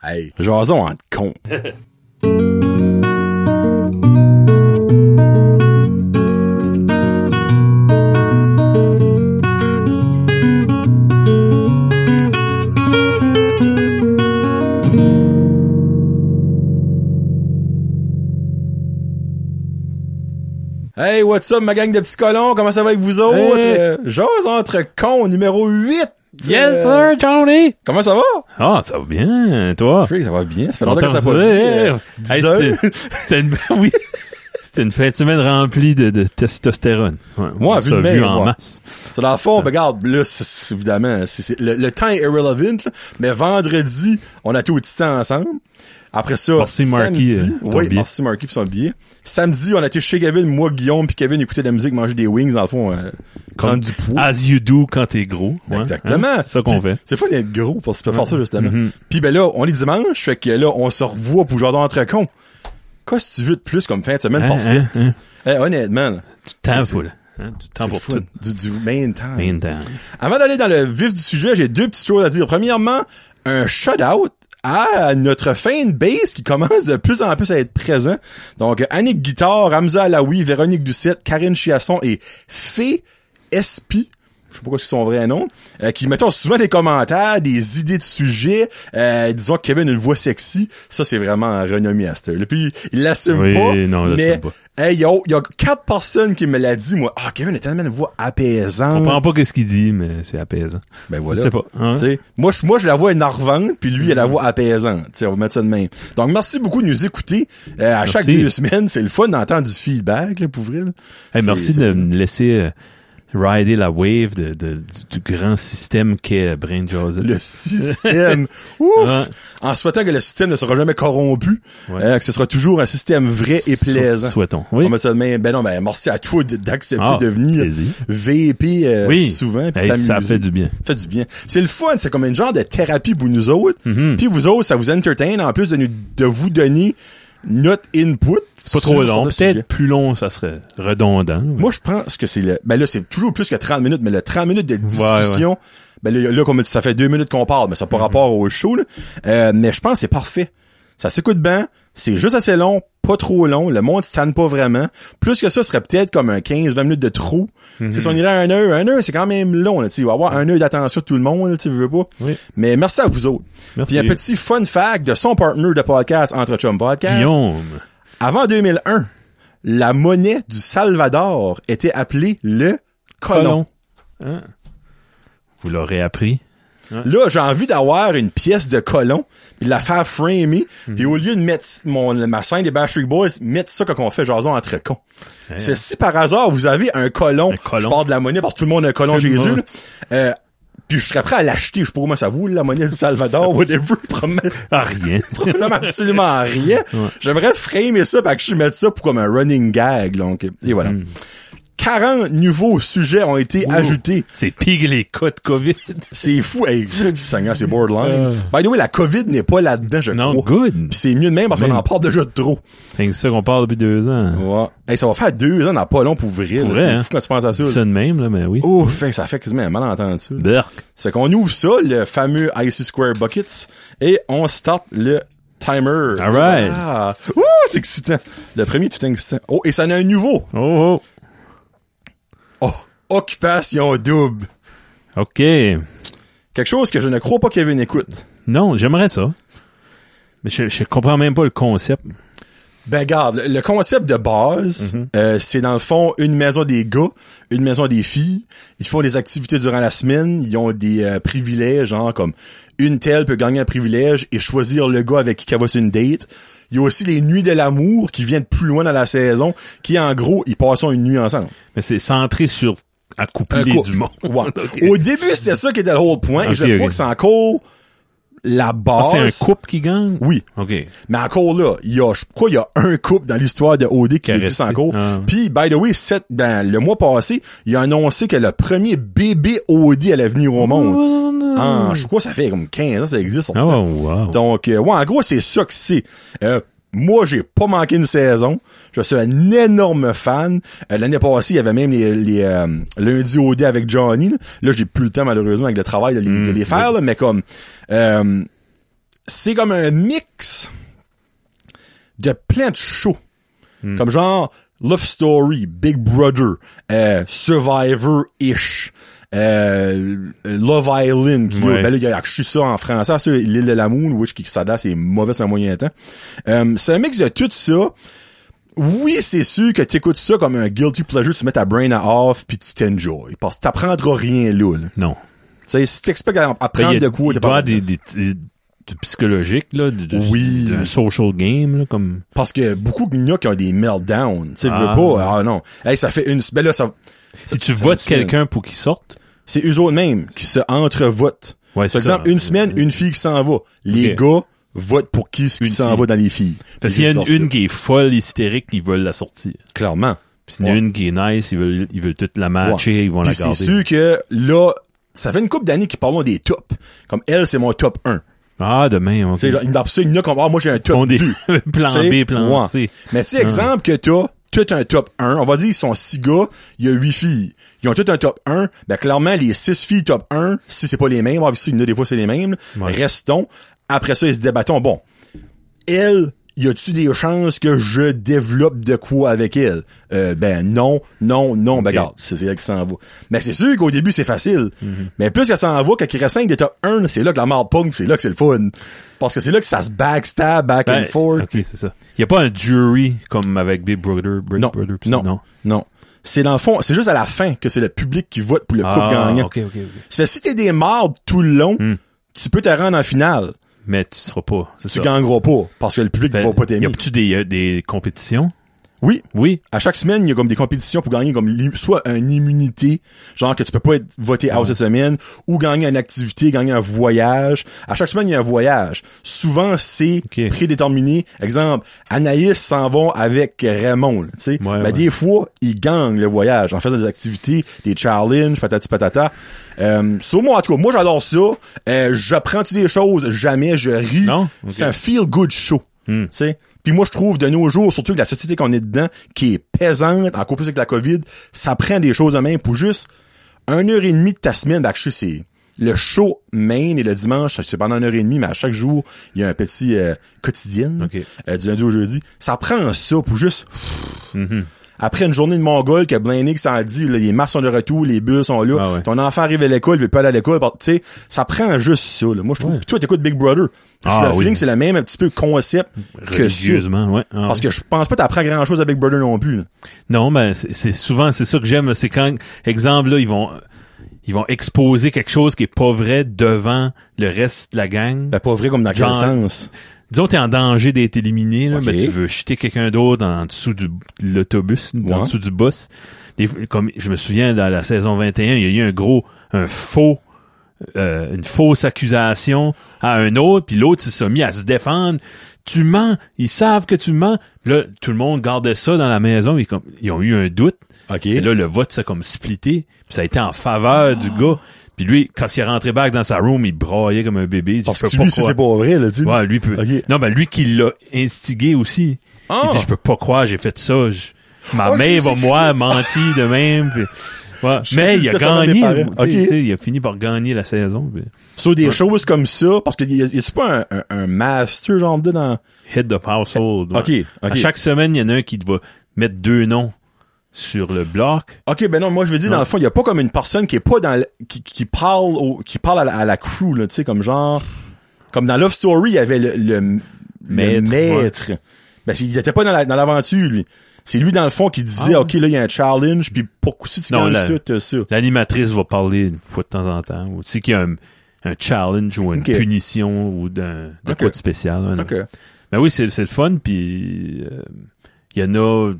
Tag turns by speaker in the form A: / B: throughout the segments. A: Hey, jason
B: hein,
A: en con. Hey, what's up, ma gang de petits colons? Comment ça va avec vous autres?
B: Hey.
A: Euh, Jase entre cons, numéro 8!
B: Yes,
A: Euh,
B: sir, Johnny!
A: Comment ça va?
B: Ah, ça va bien, toi?
A: Freak, ça va bien. Ça fait
B: On
A: longtemps que ça
B: t'a
A: va pas
B: revu,
A: vu. euh,
B: hey.
A: dix
B: Hey,
A: heures.
B: c'était- C'était une, oui, c'était une fin de semaine remplie de, de testostérone. Ouais,
A: Moi,
B: on
A: vu
B: s'est
A: de même,
B: en
A: ouais.
B: masse.
A: C'est dans le fond, ben, regarde, là, c'est- c'est- évidemment, c'est- c'est- le, le temps est irrelevant, là, mais vendredi, on a tout au titan ensemble. Après ça,
B: Merci, Marky,
A: samedi,
B: euh, pour ton
A: oui,
B: billet.
A: merci Marky pour son billet. Samedi, on a été chez Kevin, moi, Guillaume, puis Kevin écouter de la musique, manger des wings, dans le fond, euh, prendre du poids.
B: As you do quand t'es gros. ouais,
A: Exactement.
B: Ah, hein, C'est ça qu'on
A: Puis,
B: fait. Mm-hmm.
A: C'est fou d'être gros pour se faire ça, justement. Puis ben là, on est dimanche, fait que là, on se revoit pour jouer entre cons. Qu'est-ce que tu veux de plus comme fin de semaine
B: Hein,
A: parfaite?
B: hein, hein.
A: Eh, honnêtement, là,
B: Du temps,
A: C'est-
B: fou, là. Hein, du temps
A: c'est
B: pour
A: fou.
B: tout.
A: Du, du main time.
B: Rien de temps.
A: Avant d'aller dans le vif du sujet, j'ai deux petites choses à dire. Premièrement, un shout-out à notre fanbase qui commence de plus en plus à être présent. Donc, Annick Guitard, Hamza Alaoui, Véronique Ducette, Karine Chiasson et Fé Espi. Je sais pas quoi c'est son vrai nom, euh, qui mettons souvent des commentaires, des idées de sujets, euh, disons que Kevin a une voix sexy, ça c'est vraiment renommé à cette heure. Puis il l'assume
B: Oui,
A: pas,
B: non, il
A: mais
B: l'assume pas.
A: hey, yo, il y a quatre personnes qui me l'a dit moi. Ah Kevin a tellement une voix
B: On
A: apaisante.
B: comprend pas qu'est-ce qu'il dit, mais c'est apaisant.
A: Ben voilà.
B: Je sais pas. hein. Mm-hmm.
A: Tu sais, Moi, je, moi, je la vois énervante, puis lui, il a la voix apaisante. Tu sais, on va mettre ça de même. Donc, merci beaucoup de nous écouter. Euh, à chaque deux semaines, c'est le fun d'entendre du feedback, là, pour vrai. là.
B: Hey,
A: C'est-
B: merci
A: c'est-
B: de me laisser euh, rider la wave de, de- du, du grand système qu'est Brain Joseph.
A: Le système. Ouf!
B: Ouais.
A: En souhaitant que le système ne sera jamais corrompu,
B: Ouais.
A: euh, que ce sera toujours un système vrai et
B: Sou-
A: plaisant.
B: Souhaitons.
A: On
B: Oui.
A: va mettre ça de même. Ben non, ben merci à toi de- d'accepter
B: Ah,
A: de venir
B: plaisir.
A: VP euh,
B: Oui.
A: souvent. puis
B: Hey,
A: t'amuser.
B: ça fait du bien.
A: fait du bien. C'est le fun, c'est comme une genre de thérapie pour nous autres.
B: Mhm.
A: Puis vous autres, ça vous entertain en plus de, nous, de vous donner notre input.
B: Pas
A: sur
B: trop long.
A: certains
B: Peut-être
A: sujets.
B: plus long, ça serait redondant.
A: Moi, je pense que c'est le... Ben là, c'est toujours plus que 30 minutes, mais le 30 minutes de discussion... Ben là, là, comme ça fait deux minutes qu'on parle, mais ça n'a pas
B: Mm-hmm.
A: rapport au show, là. Euh, mais je pense que c'est parfait. Ça s'écoute bien, c'est juste assez long, pas trop long, le monde ne pas vraiment. Plus que ça, ce serait peut-être comme un 15-20 minutes de trop.
B: Mm-hmm.
A: Tu sais, Si on irait à un heure, un heure, c'est quand même long. Là, tu sais, il va y avoir un heure d'attention de tout le monde, là, tu veux pas.
B: Oui.
A: Mais merci à vous autres.
B: Merci.
A: Puis un petit fun fact de son partner de podcast, Entre Chum Podcast.
B: Guillaume.
A: Avant 2001, la monnaie du Salvador était appelée le colon.
B: Colon. Hein? Vous l'aurez appris.
A: Là, j'ai envie d'avoir une pièce de colon, puis de la faire framer,
B: Mhm.
A: puis au lieu de mettre mon, ma scène des Backstreet Boys, mettre ça quand on fait jason entre cons. Parce que si par hasard vous avez un colon,
B: Un colon.
A: je parle de la monnaie parce que tout le monde a un colon
B: Tout le
A: Jésus,
B: monde.
A: là, euh, puis je serais prêt à l'acheter, je sais pas comment ça vaut, la monnaie du Salvador, whatever, probablement-
B: Ah, rien.
A: probablement absolument rien. J'aimerais framer ça pis que je mette ça pour comme un running gag. Donc, et voilà.
B: Hmm.
A: 40 nouveaux sujets ont été ajoutés.
B: C'est pire les cas de COVID.
A: C'est fou. Hey, Seigneur, c'est borderline. By the way, la COVID n'est pas là-dedans, je
B: Euh. Non,
A: crois.
B: good.
A: Pis c'est mieux de même parce qu'on
B: Même.
A: en parle déjà de trop.
B: C'est ça qu'on parle depuis deux ans.
A: Ouais. Hey, ça va faire deux ans dans pas long pour ouvrir.
B: Pour
A: là.
B: vrai,
A: C'est
B: hein?
A: fou quand tu penses à ça.
B: C'est
A: là.
B: ça de même, là, mais oui.
A: Oh, fait, ça fait quasiment un malentendu.
B: Burk.
A: C'est qu'on ouvre ça, le fameux IC Square Buckets, et on start le timer.
B: All right.
A: Ah. Ouh, c'est excitant. Le premier tout excitant. Oh, et ça en a un nouveau.
B: Oh, oh.
A: Oh, occupation double.
B: OK.
A: Quelque chose que je ne crois pas Kevin écoute.
B: Non, j'aimerais ça. Mais je, je comprends même pas le concept.
A: Ben garde, le, le concept de base,
B: Mhm.
A: euh, c'est dans le fond une maison des gars, une maison des filles. Ils font des activités durant la semaine, ils ont des euh, privilèges, genre comme une telle peut gagner un privilège et choisir le gars avec qui elle va sur une date. Il y a aussi les nuits de l'amour qui viennent plus loin dans la saison, qui en gros, ils passent une nuit ensemble.
B: Mais c'est centré sur accoupler
A: couple.
B: du monde.
A: Ouais.
B: OK.
A: Au début, c'était ça qui était le whole point, et
B: Ok,
A: je
B: ok.
A: crois que c'est encore la
B: Ah,
A: base.
B: c'est un couple qui gagne?
A: Oui.
B: OK.
A: Mais encore là, il y a, je crois, il y a un couple dans l'histoire de OD qui
B: a
A: existe
B: resté.
A: encore.
B: Ah.
A: Puis, by the way, cette, dans le mois passé, il a annoncé que le premier bébé OD allait venir au monde. En, je crois, que ça fait comme 15 ans, ça existe.
B: Oh, wow.
A: Donc, euh, ouais, en gros, c'est ça que c'est. Euh, moi, j'ai pas manqué une saison. Je suis un énorme fan. Euh, L'année passée, il y avait même les, les euh, lundis OD avec
B: Hmm.
A: Johnny. Là, Là, j'ai plus le temps malheureusement avec le travail de les, de les faire, là, mais comme euh, c'est comme un mix de plein de shows. Comme genre Love Story, Big Brother, euh, Survivor-ish, euh, Love Island, qui
B: Ouais.
A: ben là, il y a je suis ça en français, ça, l'île de l'amour, which qui s'adapte, c'est mauvais c'est un moyen temps. Euh, c'est un mix de tout ça. Oui, c'est sûr que t'écoutes ça comme un guilty pleasure, tu mets ta brain à off puis tu t'enjoy. Parce que t'apprendras rien là. là.
B: Non.
A: Tu sais, si t'expliques à apprendre
B: Ben, Il y
A: de
B: a-
A: quoi,
B: il doit y avoir des, des, des- du psychologique, là, du, du-
A: Oui.
B: d'un social game, là, comme.
A: Parce que beaucoup de gars qui ont des meltdowns, tu sais, je veux
B: Ah.
A: pas, ah non. Hey, ça fait une, ben là, ça,
B: Si tu
A: ça
B: votes
A: me souvient.
B: quelqu'un pour qu'il sorte,
A: c'est eux autres mêmes qui se entrevotent.
B: Ouais,
A: Par
B: c'est
A: exemple,
B: ça.
A: une semaine, une fille qui s'en va. Les
B: Ok.
A: gars votent pour qui ce qui
B: Une
A: s'en
B: fille.
A: va dans les filles.
B: parce
A: Puis
B: qu'il y a
A: vice
B: une,
A: versa.
B: une qui est folle, hystérique, ils veulent la sortir.
A: clairement.
B: Puis s'il y en a
A: Ouais.
B: une qui est nice, ils veulent, ils veulent toute la matcher,
A: Ouais.
B: Ah, ils vont
A: Puis
B: la garder.
A: c'est sûr que là, ça fait une couple d'années qu'ils parlent des tops. Comme elle, c'est mon top 1.
B: Ah, demain, on
A: Tu sais, genre, dans ça, il y en a comme, ah, moi, j'ai un top
B: font des
A: 2.
B: plan
A: T'sais,
B: B, plan
A: ouais.
B: C. Hein.
A: Mais si, exemple, que t'as tout un top 1, on va dire ils sont 6 gars, il y a 8 filles. Ils ont tout un top 1, ben clairement, les 6 filles top 1, si c'est pas les mêmes, obviously, il y en a des fois c'est les mêmes,
B: Ouais.
A: restons. Après ça, ils se débattons. Bon, elle, y a-tu des chances que je développe de quoi avec elle? Euh, ben non, non, non, ben regarde, c'est c'est là qui s'en va. Mais c'est sûr qu'au début, c'est facile.
B: Mm-hmm.
A: Mais plus qu'elle s'en va, quand il reste 5 des top 1, c'est là que la mort punk, c'est là que c'est le fun. Parce que c'est là que ça se backstab, back
B: Ben,
A: and forth.
B: ok, c'est ça. Il n'y a pas un jury comme avec Big Brother, Big
A: Non,
B: Brother, pis-
A: non, non, C'est dans le fond, c'est juste à la fin que c'est le public qui vote pour le couple
B: Ah,
A: gagnant.
B: ok, Hmm. ok, ok.
A: C'est si t'es des mardes tout le long, tu peux te rendre en finale.
B: Mais tu seras pas, c'est
A: Tu
B: ça.
A: gagneras pas parce que le public
B: Fait,
A: va pas
B: y
A: t'aimer.
B: a-tu des, euh, des compétitions?
A: Oui.
B: Oui.
A: À chaque semaine, il y a comme des compétitions pour gagner comme l'im- soit une immunité, genre que tu peux pas être voté out cette semaine, ou gagner une activité, gagner un voyage. À chaque semaine, il y a un voyage. Souvent, c'est
B: Ok.
A: prédéterminé. Exemple, Anaïs s'en va avec Raymond, là, tu sais.
B: Ouais,
A: Ben,
B: ouais.
A: des fois, ils gagnent le voyage en faisant des activités, des challenges, patati patata. Euh, sur moi, en tout cas, moi, j'adore ça. Euh, J'apprends-tu des choses? Jamais, je ris.
B: Non? Ok.
A: C'est un feel-good show.
B: Hmm.
A: tu sais. Puis moi, je trouve de nos jours, surtout que la société qu'on est dedans, qui est pesante, encore plus avec la COVID, ça prend des choses en main pour juste une heure et demie de ta semaine. Ben, je sais, c'est le show main et le dimanche, c'est pendant une heure et demie, mais à chaque jour, il y a un petit euh, quotidien
B: Ok.
A: euh, du lundi au jeudi. Ça prend ça pour juste...
B: Hmm,
A: Après une journée de Mongol que Blaney s'en dit, là, les marches sont de retour, les bus sont là,
B: Ah ouais.
A: ton enfant arrive à l'école, il veut pas aller à l'école, parce- tu sais, ça prend juste ça. là. Moi, je trouve...
B: Ouais.
A: Puis Toi, t'écoutes Big Brother.
B: Ah
A: J'ai le
B: oui.
A: feeling que c'est le même un petit peu concept que ça.
B: Religieusement, ouais. Ah,
A: Parce que je pense pas que t'apprends grand chose avec Brother non plus. là.
B: Non, ben c'est c'est souvent c'est ça que j'aime, c'est quand exemple là ils vont ils vont exposer quelque chose qui est pas vrai devant le reste de la gang.
A: Ben, pas vrai comme dans
B: Genre-
A: quel sens.
B: Disons t'es en danger d'être éliminé là,
A: Ok.
B: ben, tu veux jeter quelqu'un d'autre en dessous du de l'autobus, en
A: Ouais.
B: dessous du bus. Des- comme je me souviens dans la saison 21, il y a eu un gros un faux euh, une fausse accusation à un autre, puis l'autre il s'est mis à se défendre. Tu mens, ils savent que tu mens. Là, tout le monde gardait ça dans la maison, ils, comme, ils ont eu un doute.
A: OK.
B: Et là, le vote s'est comme splitté. Puis ça a été en faveur du gars. Puis lui, quand il est rentré back dans sa room, il braillait comme un bébé. Il dit,
A: Parce
B: je peux
A: que
B: pas
A: lui, si
B: croire.
A: Ah, c'est pas vrai, là, tu sais.
B: Ouais, lui peut.
A: Ok.
B: Non, ben lui qui l'a instigé aussi.
A: Ah!
B: Il dit, je peux pas croire, j'ai fait ça. Je- Ma
A: Oh,
B: mère
A: je
B: va
A: sais.
B: moi menti de même. Puis- ouais.
A: Je sais
B: Mais
A: plus
B: il a
A: le testament de mes
B: gagné.
A: parents.
B: tu sais,
A: Ok.
B: tu sais, il a fini par gagner la saison. puis-
A: Sur des choses comme ça, parce que y a- y a-tu pas un, un, un master, genre, dedans?
B: Head of household. ouais.
A: Ok, ok.
B: À chaque semaine, il y en a un qui va mettre deux noms sur le bloc.
A: OK, ben non, moi, je veux dire, dans le fond, il y a pas comme une personne qui est pas dans... le- Qui, qui parle au, qui parle à la, à la crew, là, tu sais, comme genre... Comme dans Love Story, il y avait le, le, le
B: Maître,
A: maître. Ben, c'est- il était pas dans la- dans l'aventure, lui. C'est lui, dans le fond, qui disait,
B: Ah.
A: OK, là, il y a un challenge, puis pourquoi si tu
B: Non,
A: gagnes
B: la-
A: ça, t'as ça.
B: L'animatrice va parler une fois de temps en temps. Ou tu sais qu'il y a un, un challenge ou une
A: Ok.
B: punition ou d'un de
A: Ok.
B: quoi de spécial. hein, non.
A: OK.
B: Ben oui, c'est c'est le fun. Puis euh, il y en a.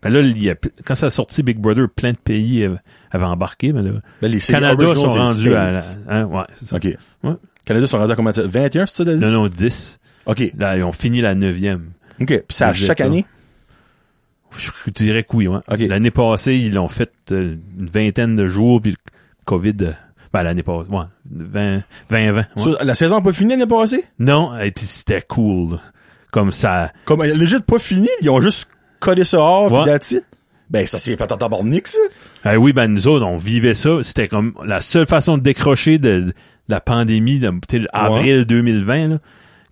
B: Ben là, il y a, quand ça a sorti Big Brother, plein de pays av- avaient embarqué. Mais là,
A: Ben, les séries
B: Canada sont
A: original, c'est
B: rendus
A: States.
B: à. La, hein, ouais, c'est ça.
A: OK.
B: Ouais.
A: Canada sont rendus à combien de- 21, c'est ça, t'as dit?
B: Non, non, 10.
A: OK.
B: Là, ils ont fini la neuvième.
A: OK. Puis c'est à
B: Vous êtes
A: chaque
B: là.
A: année?
B: Je dirais que oui. ouais.
A: Ok.
B: L'année passée, ils l'ont fait euh, une vingtaine de jours, puis le COVID... euh, ben, l'année passée, ouais. 20, 20, 20 ouais.
A: Ça, la saison a pas fini l'année passée?
B: Non, et puis c'était cool. Comme ça...
A: Comme, elle est legit pas fini, ils ont juste collé ça hors,
B: Ouais.
A: pis that's it. Ben, ça, c'est pas tant tabarnak, ça.
B: Eh oui, ben nous autres, on vivait ça. C'était comme la seule façon de décrocher de, de la pandémie, de, tu sais, avril 2020, là.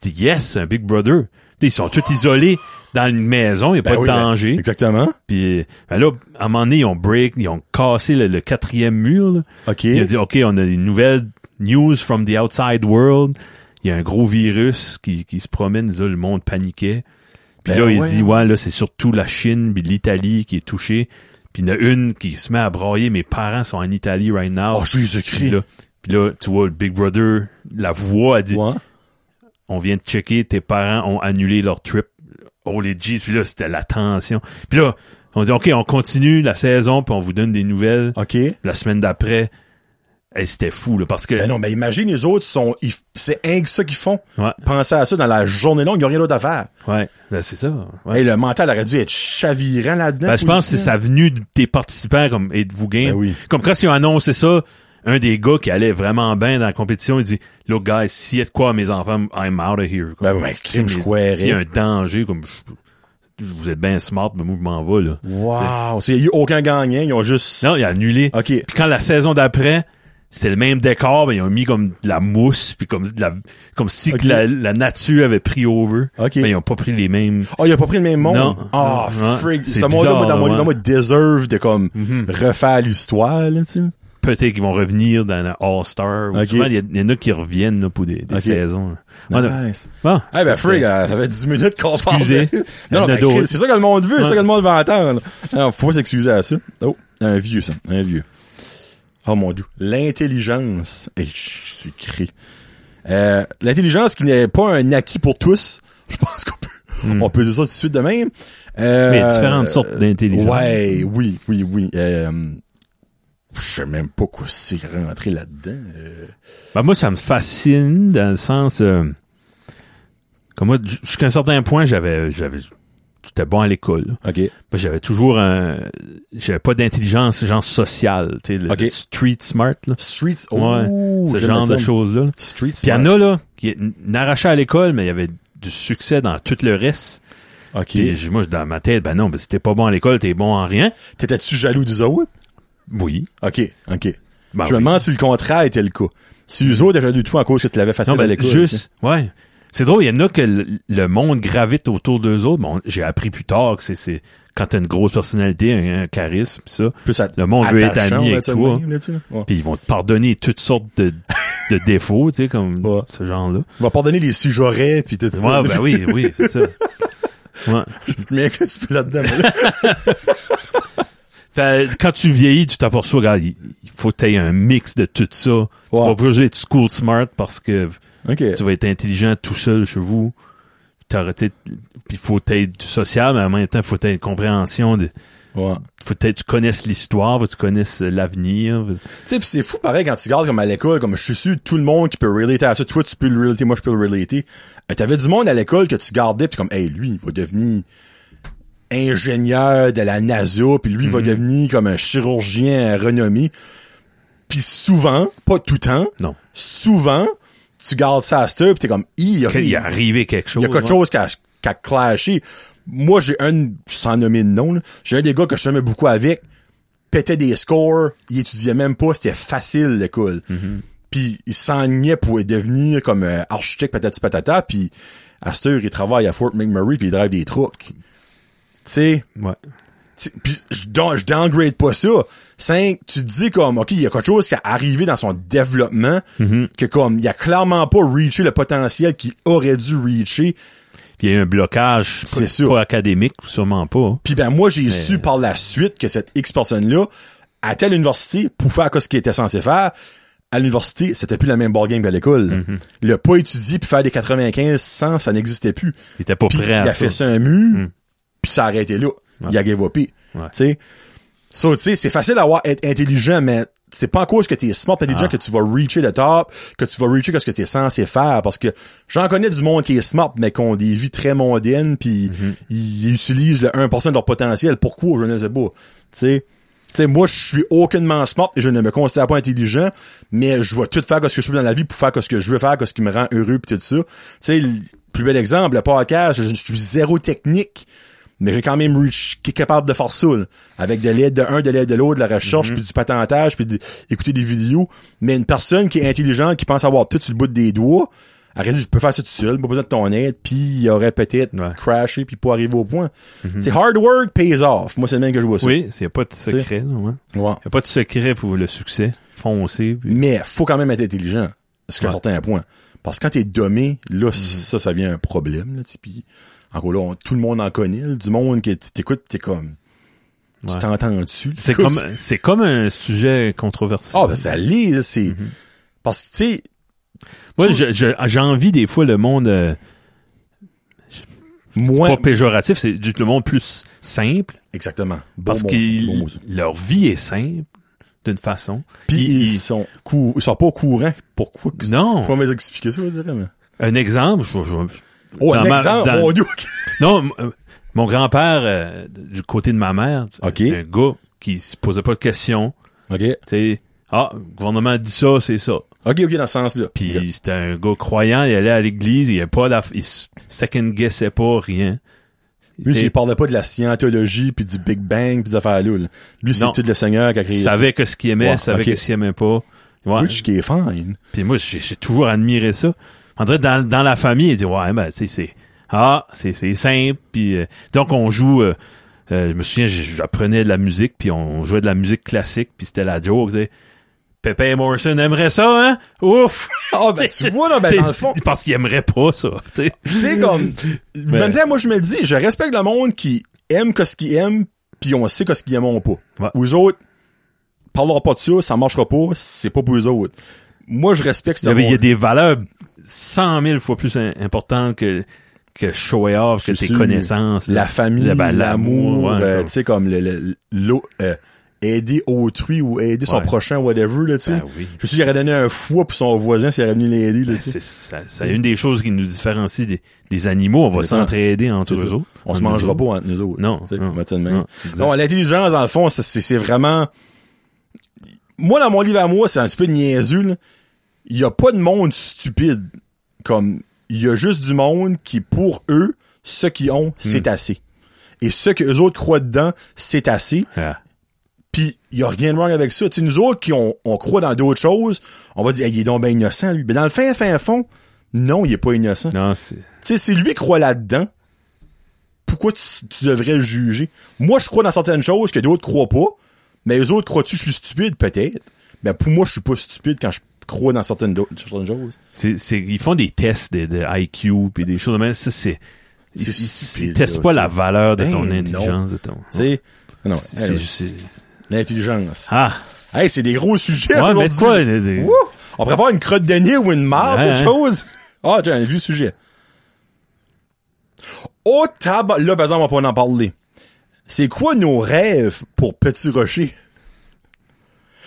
B: Tu dis, yes, c'est un Big Brother. Ils sont tous isolés dans une maison, il n'y a
A: Ben
B: pas
A: oui,
B: de
A: ben,
B: danger.
A: Exactement.
B: Puis ben là, à un moment donné, ils ont break, ils ont cassé le, le quatrième mur. là.
A: OK.
B: Ils ont dit, OK, on a des nouvelles news from the outside world. Il y a un gros virus qui, qui se promène. Là, le monde paniquait. Puis
A: Ben
B: là, il
A: ouais.
B: dit, ouais, là, c'est surtout la Chine puis l'Italie qui est touchée. Puis il y en a une qui se met à brailler. Mes parents sont en Italie right now.
A: Oh,
B: puis,
A: Jésus-Christ.
B: là, puis là, tu vois, le Big Brother, la voix a dit,
A: Ouais.
B: on vient de checker, tes parents ont annulé leur trip. Oh les G's, puis là, c'était la tension. Puis là, on dit, OK, on continue la saison, puis on vous donne des nouvelles.
A: OK.
B: La semaine d'après, hey, c'était fou, là, parce que...
A: Ben non, mais imagine, les autres, sont, ils- c'est rien que ça qu'ils font.
B: Ouais,
A: Pensez à ça dans la journée longue, ils n'ont rien d'autre à faire.
B: ouais, ben, c'est ça. ouais.
A: Hey, le mental aurait dû être chavirant là-dedans.
B: Ben, je pense que c'est
A: policier.
B: sa venue de- des participants comme, et de vous gain.
A: Ben oui.
B: Comme quand ils ont annoncé ça, un des gars qui allait vraiment bien dans la compétition, il dit, look guys, s'il y a de quoi à mes enfants, I'm out of here.
A: Ben, ben, crime, je croirais.
B: S'il y a un danger, comme, je, je- vous êtes bien smart, mais moi, je m'en vais, là.
A: Ben, Wow. C'est- Il n'y a eu aucun gagnant, ils ont juste.
B: Non, il a annulé.
A: OK.
B: Puis quand la saison d'après, c'était le même décor, mais ils ont mis comme de la mousse, puis comme de la, comme si que
A: Ok.
B: la, la nature avait pris over.
A: Ok.
B: Mais ils ont pas pris les mêmes.
A: Oh, il a pas pris le même monde.
B: Non.
A: Ah,
B: Ouais.
A: frig.
B: C'est
A: Ce monde-là, moi, dans
B: bizarre,
A: mon
B: ouais. Mhm.
A: livre, moi, deserve de comme refaire l'histoire, là, tu sais.
B: Peut-être qu'ils vont revenir dans la All-Star. ou
A: Ok.
B: Souvent, il y a- il y, en a qui reviennent là, pour des, des
A: Ok.
B: saisons. là. Ouais, non.
A: Nice.
B: Bon,
A: Eh ben,
B: ça, c'était-
A: frig, euh, ça fait 10 minutes qu'on parle.
B: Excusez. Il
A: non,
B: y en a
A: non, ben,
B: d'autres.
A: Chris, c'est ça que le monde veut, c'est ça
B: Ouais.
A: que le monde veut entendre. Non, faut pas s'excuser à ça. Oh, un vieux, ça. Un vieux. Oh mon dieu. L'intelligence. Eh, ch- c'est cri. Euh, l'intelligence qui n'est pas un acquis pour tous. Je pense qu'on peut, on peut dire ça tout de suite de même. Euh,
B: Hmm. Mais différentes sortes d'intelligence.
A: Ouais, oui, oui, oui. Euh, je sais même pas quoi c'est rentré là-dedans. Euh,
B: Ben, moi, ça me fascine dans le sens. euh, comme moi, j- jusqu'à un certain point, j'avais, j'avais, j'étais bon à l'école. là.
A: OK.
B: Moi, j'avais toujours un j'avais pas d'intelligence genre sociale tu sais le,
A: Ok.
B: le street smart là
A: Streets.
B: Ouais,
A: Oh,
B: ce
A: j'aime
B: genre
A: le
B: de
A: terme.
B: choses là
A: Streets.
B: puis il y en a là qui n'arrachait à l'école mais il y avait du succès dans tout le reste
A: OK.
B: puis j- moi dans ma tête ben non ben si t'es pas bon à l'école t'es bon en rien
A: T'étais-tu jaloux des autres?
B: oui
A: OK, OK.
B: Ben
A: je me
B: oui.
A: demande si le contraire était le cas. Si eux autres étaient jaloux de toi à cause que tu l'avais facile
B: non
A: à hein.
B: ben
A: l'école.
B: juste ouais c'est drôle il y en a que le, le monde gravite autour d'eux autres bon j'ai appris plus tard que c'est c'est quand t'as une grosse personnalité un, un charisme pis ça
A: Plus à-
B: le monde veut être
A: attachant,
B: ami
A: là,
B: avec
A: tu sais,
B: toi
A: même, là, tu sais. Ouais.
B: puis ils vont te pardonner toutes sortes de, de défauts, tu sais, comme
A: Ouais.
B: ce genre-là.
A: On va pardonner les si j'aurais, puis tout ça.
B: Ouais, ben oui, oui, c'est ça. Ouais.
A: Mais que tu peux là-dedans. mais là,
B: Fait, quand tu vieillis, tu t'aperçois, regarde, il il faut que t'aies un mix de tout ça. Tu
A: Ouais.
B: vas pas juste être school smart parce que
A: OK.
B: tu vas être intelligent tout seul chez vous. T'aurais, tu sais, Puis faut que t'aies du social, mais en même temps, faut que t'aies une compréhension de,
A: Ouais.
B: faut que tu connaisses l'histoire, faut que tu connaisses l'avenir.
A: Tu sais, puis c'est fou pareil quand tu regardes comme à l'école, comme je suis sûr tout le monde qui peut relater à ça. Toi, tu peux le relater, moi je peux le relater. Euh, T'avais du monde à l'école que tu gardais, puis comme, hey, lui, il va devenir ingénieur de la NASA, puis lui, il va devenir comme un chirurgien renommé. Puis souvent, pas tout le temps,
B: Non.
A: souvent, tu gardes ça à ça, puis t'es comme, Hi, il,
B: Il est arrivé quelque chose.
A: il y a quelque chose
B: ouais.
A: qui a, qui a clashé. Moi, j'ai un, sans nommer de nom, là, j'ai un des gars que je m'aimais beaucoup avec, pétait des scores, il étudiait même pas, c'était facile l'école. Puis il s'ennuyait pour devenir comme euh, architecte patati patata, puis à cette heure, il travaille à Fort McMurray, puis il drive des trucks. Tu sais,
B: Ouais.
A: tu- Puis je, don- je downgrade pas ça. Cinq, tu te dis comme, OK, il y a quelque chose qui est arrivé dans son développement que comme, il a clairement pas reaché le potentiel qu'il aurait dû reacher.
B: Puis il y a eu un blocage
A: C'est
B: pas,
A: sûr.
B: pas académique, sûrement pas. hein.
A: Puis ben moi, j'ai su par la suite que cette X personne-là, à telle université, pour faire ce qu'il était censé faire, à l'université, c'était plus la même ballgame qu'à l'école.
B: Mhm.
A: Le pas étudier puis faire des 95, 100, ça n'existait plus.
B: Il était pas
A: Puis
B: prêt à
A: il a
B: ça. Mhm.
A: fait ça un mur, puis ça a arrêté là. Il a gavopé.
B: Ouais.
A: Tu sais. So, tu sais, c'est facile d'avoir être intelligent, mais c'est pas en cause que t'es smart pis intelligent que
B: Ah.
A: tu vas reacher le top, que tu vas reacher ce que t'es censé faire, parce que j'en connais du monde qui est smart, mais qui ont des vies très mondaines, puis ils utilisent le 1% de leur potentiel. Pourquoi, je ne sais pas. Tu sais. Tu sais, moi, je suis aucunement smart et je ne me considère pas intelligent, mais je vais tout faire ce que je veux dans la vie pour faire ce que je veux faire, ce qui me rend heureux pis tout ça. Tu sais, le plus bel exemple, le podcast, je, je suis zéro technique, mais j'ai quand même reach, qui est capable de faire ça, là, avec de l'aide de un, de l'aide de l'autre, de la recherche,
B: Mhm.
A: puis du patentage, puis d'écouter des vidéos. Mais une personne qui est intelligente, qui pense avoir tout sur le bout des doigts, Elle aurait dit, je peux faire ça tout seul, pas besoin de ton aide, puis il aurait peut-être
B: Ouais. Mhm.
A: crashé, puis pas arrivé au point. C'est hard work pays off. Moi, c'est le même que je vois ça.
B: Oui, il n'y a pas de secret. là, ouais.
A: Ouais.
B: Il n'y a pas de secret pour le succès. Foncez. puis-
A: Mais faut quand même être intelligent jusqu'à un
B: Ouais. Mhm.
A: certain point. Parce que quand t'es dommé, là, ça, ça devient un problème. Là, tu sais, puis, en gros, là, on- tout le monde en connaît. là, du monde qui t- t'écoute, t'es comme... Tu
B: Ouais.
A: t'entends dessus.
B: C'est comme, c'est comme un sujet controversé.
A: Ah, ben ça l'est, là, c'est...
B: Mhm.
A: Parce que, tu sais,
B: Moi, je- je- j'envie des fois le monde euh,
A: moi...
B: pas péjoratif, c'est juste le monde plus simple
A: Exactement. Bon
B: parce
A: mot,
B: que
A: bon mot, ça.
B: leur vie est simple d'une façon.
A: Puis ils,
B: Ils- ils-
A: sont cou- ils sont pas au courant pourquoi. que-
B: Non.
A: Je vais vous expliquer ça, je dirais. Mais...
B: Un exemple, je, je-
A: Oh,
B: dans
A: un
B: ma-
A: exemple.
B: dans-
A: mon Dieu.
B: non, m- euh, mon grand-père euh, du côté de ma mère,
A: Ok.
B: un gars qui se posait pas de questions,
A: OK.
B: tu sais, ah, le gouvernement dit ça, c'est ça.
A: OK, OK, dans ce sens-là.
B: Puis
A: OK.
B: c'était un gars croyant, il allait à l'église, il y avait pas d'aff- il se second guessait pas rien.
A: Lui,
B: était-
A: il parlait pas de la scientologie, puis du Big Bang, puis des affaires là. là. Lui, c'est
B: Non.
A: tout le Seigneur qui a créé
B: Il
A: ça.
B: savait que ce qu'il aimait,
A: Ouais,
B: savait
A: ok.
B: que ce qu'il aimait pas. Ouais.
A: Which qui est fine.
B: Puis moi, j'ai j'ai toujours admiré ça. On dirait dans, dans la famille, il dit ouais, ben tu sais, c'est ah, c'est c'est simple. Puis euh, donc on joue. euh, euh, je me souviens, j- j'apprenais de la musique, puis on jouait de la musique classique, puis c'était la joke. tu sais. Pépin Morrison aimerait ça, hein? Ouf!
A: Ah, ben, tu vois, là, ben, dans le fond.
B: Parce qu'il aimerait pas ça, tu sais.
A: tu sais, comme. En même temps, moi, je me le dis, je respecte le monde qui aime que ce qu'ils aiment, puis on sait que ce qu'ils aimeront pas.
B: Ouais.
A: Ou eux autres, parlera pas de ça, ça marchera pas, c'est pas pour eux autres. Moi, je respecte ce
B: Il y avait- il y a
A: monde.
B: des valeurs cent mille fois plus im- importantes que que show it off, que
A: C'est
B: tes
A: sûr.
B: connaissances. là.
A: La famille,
B: Ben,
A: l'amour,
B: ouais,
A: euh,
B: ouais.
A: tu sais, comme le, le- l'au- euh, aider autrui ou aider son
B: Ouais.
A: prochain, whatever, là, tu sais.
B: Ben oui.
A: Je suis sûr qu'il aurait donné un foie pour son voisin s'il aurait venu l'aider, là, tu sais.
B: C'est ça- ça- une des choses qui nous différencie des, des animaux. On va
A: C'est ça.
B: s'entraider entre
A: C'est
B: eux
A: ça.
B: autres.
A: On se
B: Entre
A: mangera
B: nous
A: pas entre nous autres.
B: Non,
A: Tu sais,
B: non,
A: on va dire de même.
B: non, exact.
A: Non, l'intelligence, dans le fond, c'est- c'est c'est vraiment... Moi, dans mon livre à moi, c'est un petit peu niaiseux, là. Il y a pas de monde stupide. Comme, il y a juste du monde qui, pour eux, ce qu'ils
B: Hmm.
A: ont, c'est assez. Et ce que les autres croient dedans, c'est assez.
B: autres. Ah.
A: Puis il y a rien de wrong avec ça. Tu sais, nous autres qui on, on croit dans d'autres choses, on va dire Hey, il est donc bien innocent lui. Mais dans le fin fin fond, non, il est pas innocent. Tu
B: Non, c'est...
A: sais, si lui croit là-dedans, pourquoi tu, tu devrais le juger Moi, je crois dans certaines choses que d'autres croient pas, mais les autres croient-tu que je suis stupide peut-être Mais pour moi, je suis pas stupide quand je crois dans certaines, d'autres- certaines choses.
B: c'est- c'est- ils font des tests de, de IQ puis des choses de même. Ça, c'est, ils, ils-
A: stupide,
B: ils testent
A: là,
B: pas
A: ça.
B: la valeur de
A: Ben
B: ton
A: non.
B: intelligence. De ton,
A: Tu sais, non,
B: C'est-
A: anyway,
B: c'est juste-
A: l'intelligence.
B: Ah!
A: Hey, c'est des gros sujets.
B: Ouais, mais
A: aujourd'hui.
B: de quoi? de- de-
A: Wouh! On prépare une crotte de nez ou une marde,
B: Ouais,
A: quelque
B: hein.
A: chose. Ah, j'ai un vieux sujet. Au tabac, là, par exemple, on va pas en parler. C'est quoi nos rêves pour Petit Rocher?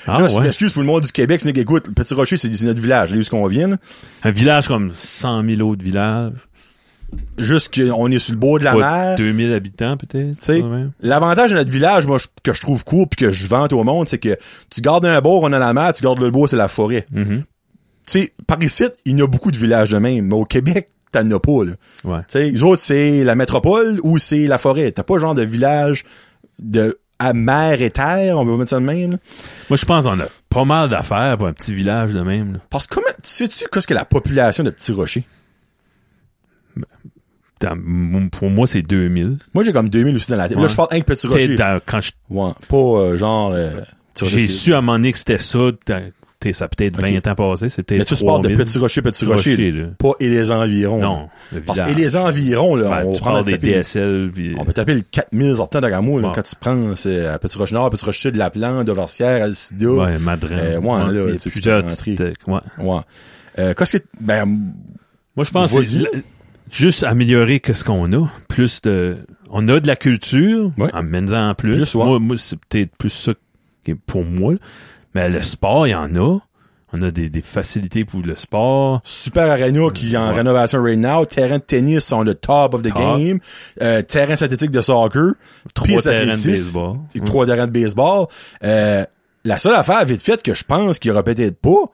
B: Ah,
A: là, c'est une
B: ouais.
A: excuse pour le monde du Québec, c'est que, écoute, Petit Rocher, c'est c'est notre village, là où est-ce qu'on vient, là.
B: Un village comme 100 000 autres villages.
A: Juste qu'on est sur le bord de la
B: Quoi,
A: mer.
B: 2000 habitants, peut-être.
A: Tu sais,
B: ça, ouais.
A: L'avantage de notre village, moi, je- que je trouve cool puis que je vante au monde, c'est que tu gardes un bord, on a la mer, tu gardes le bord, c'est la forêt.
B: Mhm.
A: Tu sais, par ici, il y a beaucoup de villages de même, mais au Québec, t'en as pas, là.
B: Ouais.
A: Tu sais, les autres, c'est la métropole ou c'est la forêt. T'as pas genre de village de à mer et terre, on va mettre ça de même. là.
B: Moi, je pense qu'on a pas mal d'affaires pour un petit village de même. là.
A: Parce que comment sais-tu qu'est-ce que la population de Petit Rocher?
B: Dans- m- Pour moi, c'est 2000.
A: Moi j'ai comme 2000 aussi dans la tête. Là
B: Ouais.
A: je parle un Petit
B: Peut-être
A: Rocher.
B: dans- quand je
A: Ouais, pas euh, genre euh, Petit Rocher,
B: J'ai
A: c'est-
B: su à un moment donné que c'était ça. t'as- t'es- Ça a peut-être 20 ans passé. C'est peut-être
A: Mais tu parles de
B: 3000.
A: Petit Rocher, Petit
B: Petit
A: Rocher,
B: Rocher,
A: là.
B: là.
A: pas et les environs.
B: Non.
A: là.
B: le
A: Parce que et
B: village.
A: les environs là,
B: Ben,
A: on
B: tu
A: prend
B: parles des
A: taper-
B: DSL. puis-
A: On peut taper le 4000 sortant de Gamo, là,
B: Ouais.
A: quand tu prends c'est à Petit Rocher Nord, Petit Rocher de la Plante, de Versière, Alcida.
B: Ouais, Madrin.
A: Euh, ouais, là,
B: puis
A: tu sais, tu
B: plusieurs
A: peux rentrer.
B: petites- ouais.
A: Ouais. Euh, qu'est-ce que ben
B: Moi, je pense que c'est
A: Vas-y.
B: la- juste améliorer qu'est-ce qu'on a. Plus de, on a de la culture.
A: Ouais.
B: En menant en plus.
A: Plus, ouais.
B: Moi, moi, c'est peut-être plus ça qui est pour moi. là. Mais le sport, il y en a. On a des, des facilités pour le sport.
A: Super Arena qui est en
B: Ouais.
A: rénovation right now. Terrain de tennis sont le top of the
B: Top.
A: game. Euh, terrain synthétique de soccer.
B: Trois
A: Piste
B: terrains de
A: d'athlétisme.
B: baseball. Mm.
A: Et Trois terrains de baseball. Euh, la seule affaire vite faite que je pense qu'il aurait peut-être pas,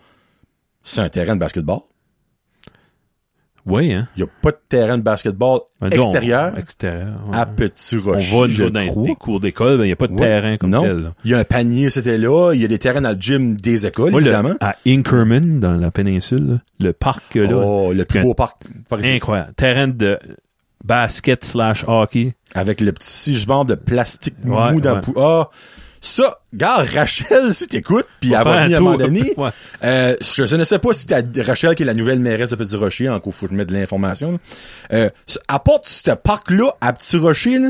A: c'est un terrain de basketball.
B: Oui, hein?
A: Il n'y a pas de terrain de basketball
B: Ben, donc,
A: extérieur
B: extérieur. ouais.
A: à Petit
B: On
A: Rocher.
B: va,
A: je
B: nous, dans
A: crois.
B: les cours d'école, ben, il n'y a pas de
A: Ouais.
B: terrain comme
A: non.
B: tel. là.
A: Il y a un panier, c'était là. Il y a des terrains dans le gym des écoles,
B: Moi, le-
A: évidemment.
B: à Inkerman, dans la péninsule, là, le parc, euh, là,
A: oh, le plus
B: Quand-
A: beau parc par ici.
B: incroyable. Terrain de basket slash hockey.
A: Avec le petit sigement de plastique
B: Ouais,
A: mou dans
B: ouais.
A: le pou- Ah, ça, gars, Rachel, si t'écoutes, puis elle
B: faire
A: va
B: un
A: venir à un
B: tour.
A: moment donné.
B: Ouais.
A: euh, je je ne sais pas si t'as Rachel, qui est la nouvelle mairesse de Petit Rocher, en cours, faut que je mette de l'information. là. Euh, apporte ce parc-là à Petit Rocher, là.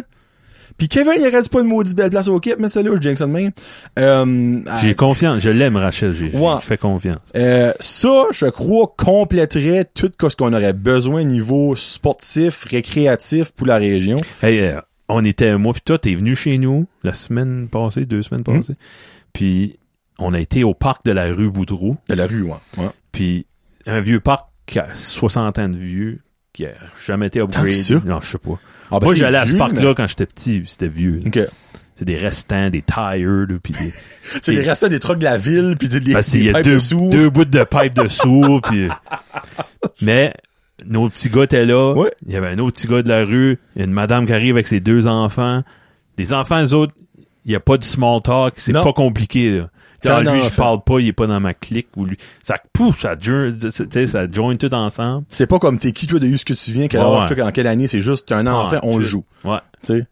A: Puis Kevin, il reste pas une maudite belle place au Québec, mais celle-là, je dis ça de même. Euh, à-
B: J'ai confiance. Je l'aime, Rachel. J'ai, j'ai-
A: Ouais.
B: Je fais confiance.
A: euh, ça, je crois, compléterait tout ce qu'on aurait besoin niveau sportif, récréatif pour la région.
B: Hey, euh, on était, moi puis toi, t'es venu chez nous la semaine passée, deux semaines
A: Hmm.
B: passées. Puis, on a été au parc de la rue Boudreau.
A: De la rue, ouais. ouais.
B: Puis, un vieux parc qui a 60 ans de vieux, qui a jamais été upgradé.
A: que ça?
B: Non, je sais pas.
A: Ah, ben,
B: moi,
A: c'est
B: j'allais à ce
A: vieux,
B: parc-là
A: mais-
B: quand j'étais petit. C'était vieux. là.
A: OK.
B: C'est des restants, des tires, là, puis des...
A: C'est les restants des trucs de la ville, puis des, des,
B: Parce qu'il
A: des
B: y a
A: pipes
B: deux,
A: dessous.
B: deux bouts de pipe dessous, puis... Mais nos petits gars étaient là.
A: Ouais.
B: Il y avait un autre petit gars de la rue, une madame qui arrive avec ses deux enfants. Les enfants, eux autres, il n'y a pas de small talk, c'est
A: Non.
B: pas compliqué. Là. Tu sais,
A: T'as
B: ah,
A: un
B: lui, je
A: enfant.
B: parle pas, il est pas dans ma clique. Ou lui, ça pousse, ça, join- tu sais, ça join tout ensemble.
A: C'est pas comme t'es qui, toi, de où ce que tu viens, quel
B: Ouais,
A: âge,
B: ouais.
A: toi, en quelle année, c'est juste, t'es un enfant,
B: Ah,
A: on
B: tu-
A: le joue.
B: Ouais.
A: Tu sais.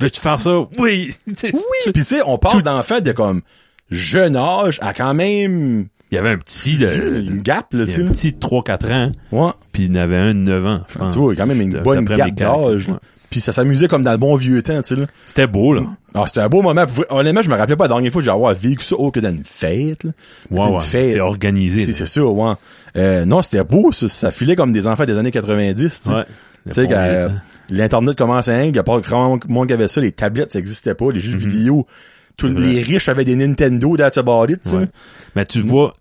B: Veux-tu faire ça? Oui! Tu sais,
A: Oui! Puis tu sais, on parle d'enfants de comme jeune âge à quand même
B: Il y avait un petit de...
A: une gap, là,
B: Il
A: tu
B: y a
A: sais.
B: un petit de 3-4 ans,
A: Ouais.
B: puis il en avait un de 9 ans, Ah, je
A: Ah,
B: pense.
A: Tu vois, il y a quand même une
B: D'après
A: bonne
B: mes
A: gap
B: calculs,
A: d'âge.
B: ouais.
A: Puis ça s'amusait comme dans le bon vieux temps, tu sais, là.
B: C'était beau, là.
A: Ah, c'était un beau moment. Pour vrai, Honnêtement, je me rappelais pas la dernière fois que j'ai avoir vécu ça autre que dans une fête. là.
B: Ouais,
A: C'était une
B: ouais.
A: fête.
B: C'est organisé.
A: C'est, c'est ça, ouais. Euh, non, c'était beau, ça. Ça filait comme des enfants des années 90, tu sais.
B: Ouais.
A: Tu sais,
B: Le
A: quand,
B: bon
A: euh,
B: vieux temps.
A: l'Internet commence à hang, il y a pas grand monde qui avait ça, les tablettes, ça existait pas, les jeux
B: Mhm.
A: vidéo. Tous les riches avaient des Nintendo, that's about it, tu sais.
B: Ouais. Mais tu vois,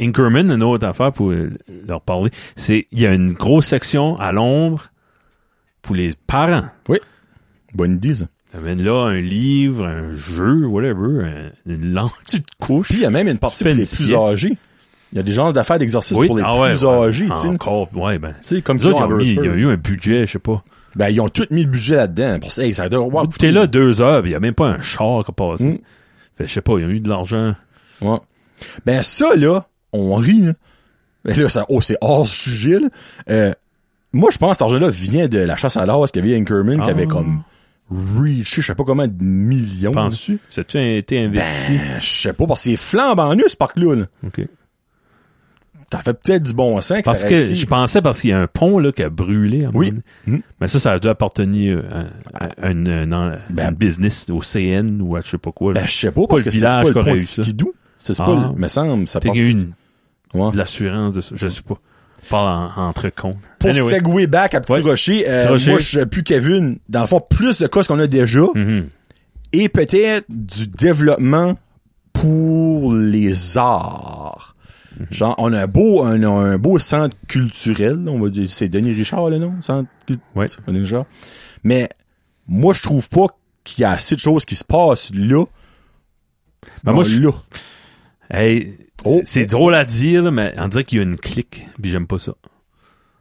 B: Inkerman, une autre affaire pour euh, leur parler, c'est il y a une grosse section à l'ombre pour les parents.
A: Bonne idée, ça.
B: Amène là un livre, un jeu, whatever, un- une lampe, tu te couches.
A: Puis il y a même une partie
B: Tu
A: pour
B: fais
A: les
B: une
A: plus
B: sieste.
A: âgés. Il y a des genres d'affaires d'exercices
B: Oui,
A: pour les
B: ah ouais,
A: plus
B: ouais.
A: âgés, tu sais.
B: Encore, ouais, ben.
A: Tu sais, comme
B: Nous autres,
A: qu'ils ont
B: ils
A: à
B: ont mis- il y a
A: Beresford.
B: eu un budget, je sais pas.
A: Ben, ils ont tous mis le budget là-dedans. Parce que, hey, ça doit avoir
B: T'es là deux heures, il y a même pas un char qui a passé.
A: Mm.
B: Fait, je sais pas, ils ont eu de l'argent.
A: Ouais. Ben ça, là, on rit. Là, Mais là, ça, oh, c'est hors sujet. là. Euh, moi, je pense que cet argent-là vient de la chasse à l'or qu'il y avait Inkerman qui
B: Ah.
A: avait comme reaché, je sais pas combien de millions.
B: Penses-tu? Ça a-tu été investi?
A: Ben, je sais pas, parce que c'est flambant nu, ce parc-là. là.
B: OK.
A: T'as fait peut-être du bon sens.
B: Parce
A: ça
B: que
A: aurait été-
B: je pensais parce qu'il y a un pont là qui a brûlé. à un
A: Oui. Hmm.
B: moment donné. Mais ça, ça a dû appartenir euh, à, à- à une, un- un-
A: Ben-
B: un business au CN ou à je sais pas quoi. là.
A: Ben, je sais pas, parce
B: le
A: que c'est
B: village
A: pas le
B: qui aurait
A: pont de
B: eu ça.
A: Skidou. C'est
B: Ah.
A: pas, le- me semble, ça
B: Peut-être
A: porte...
B: qu'il y a eu une-
A: Ouais.
B: de l'assurance de ça. Je sais pas. Je Parle en- entre cons.
A: Pour
B: Anyway.
A: segway back à Petit
B: Ouais.
A: Rocher, euh,
B: Petit Rocher.
A: moi, je suis plus Kevin. Dans le fond, plus de cas qu'on a déjà,
B: Mhm.
A: et peut-être du développement pour les arts.
B: Mm-hmm.
A: Genre, on a un beau, un, un beau centre culturel, on va dire, c'est Denis Richard, le nom, centre cul-
B: Ouais.
A: Denis Richard. Mais, moi, je trouve pas qu'il y a assez de choses qui se passent là.
B: Ben,
A: Non,
B: moi, je-
A: là.
B: Hey,
A: Oh.
B: c'est- c'est drôle à dire, là, mais on dirait qu'il y a une clique. Puis j'aime pas ça.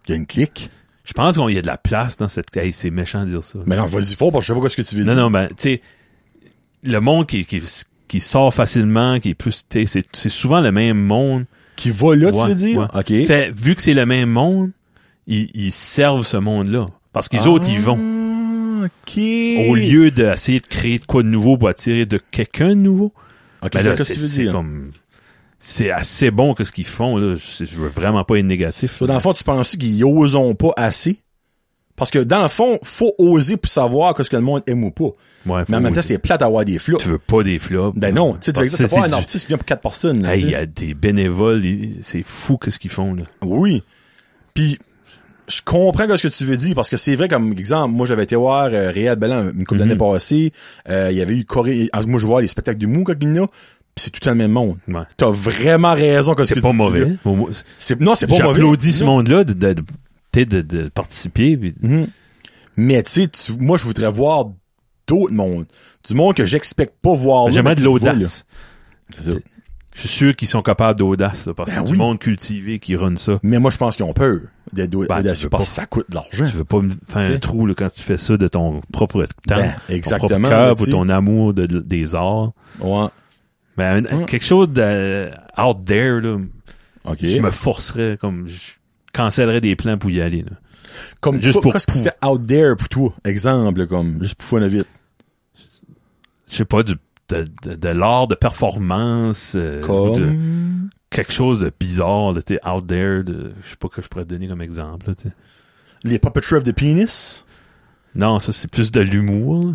A: Il y a une clique.
B: Je pense qu'il y a de la place dans cette. Hey, c'est méchant de dire ça.
A: Mais non, vas-y fort, parce que je sais pas ce que tu veux dire.
B: Non, non, ben, tu sais, le monde qui, qui, qui sort facilement, qui est plus. tu sais, C'est c'est souvent le même monde.
A: Qui va là, tu
B: Ouais,
A: veux dire?
B: ouais.
A: OK.
B: Fait, vu que c'est le même monde, ils, ils servent ce monde-là. Parce que les autres, ils vont.
A: Ah, OK.
B: Au lieu d'essayer de créer de quoi de nouveau pour attirer de quelqu'un de nouveau,
A: OK, je
B: ben
A: vois
B: là,
A: ce que
B: c'est
A: tu veux
B: c'est
A: dire.
B: comme... C'est assez bon que ce qu'ils font, là. Je, je veux vraiment pas être négatif.
A: Ça, dans le fond, tu penses qu'ils osons pas assez? Parce que dans le fond, faut oser pour savoir que ce que le monde aime ou pas.
B: Ouais, faut
A: Mais en même temps,
B: oser.
A: c'est plate d'avoir des flots.
B: Tu veux pas des flops.
A: Ben non, tu sais, tu veux
B: Parce
A: dire,
B: que
A: c'est pas un
B: du-
A: artiste qui vient pour quatre personnes. là,
B: Hey,
A: tu
B: il
A: sais.
B: y a des bénévoles, ils- c'est fou que ce qu'ils font, là.
A: Oui. Puis, je comprends que ce que tu veux dire, parce que c'est vrai, comme exemple, moi, j'avais été voir euh, Réal Bellan une couple
B: Mm-hmm.
A: d'années passée. Euh, Il y avait eu Corée... ah, Moi, je vois les spectacles du Mou, quand il y en a. Puis c'est tout le même monde.
B: Ouais.
A: T'as vraiment raison que ce que tu
B: C'est pas
A: dis là.
B: mauvais. Au moins,
A: C'est- Non, c'est pas mauvais.
B: J'applaudis ce
A: Non.
B: monde-là de, de, de- tu sais, de- de participer. puis-
A: Mais tu sais, tu- moi, je voudrais voir d'autres mondes. Du monde que j'expecte pas voir. là,
B: J'aimerais
A: mais
B: de
A: qui va, là.
B: l'audace. Je suis sûr qu'ils sont capables d'audace, là, parce que
A: Ben
B: c'est du
A: oui.
B: monde cultivé qui run ça.
A: Mais moi, je pense qu'ils ont peur. de, de, de-
B: Ben, tu veux
A: parce que
B: pas.
A: ça coûte de l'argent.
B: Tu veux pas me faire
A: T'sais.
B: un trou là, quand tu fais ça de ton propre temps,
A: Ben,
B: ton
A: exactement,
B: propre cœur
A: tu
B: ou
A: sais.
B: ton amour de- de- des arts.
A: Ouais.
B: Ben, un-
A: Mm.
B: quelque chose de out there là,
A: OK.
B: je me forcerais comme je cancellerais des plans pour y aller. là.
A: Comme
B: juste
A: juste
B: pour-
A: pour qu'est-ce qui se fait out there pour toi exemple comme juste pour fun vite.
B: Je sais pas du de, de- de l'art de performance euh, ou de-
A: Comme
B: quelque chose de bizarre là, t'es out there de je sais pas que je pourrais te donner comme exemple là, t'sais.
A: les puppetry of the penis.
B: non ça c'est plus de l'humour là.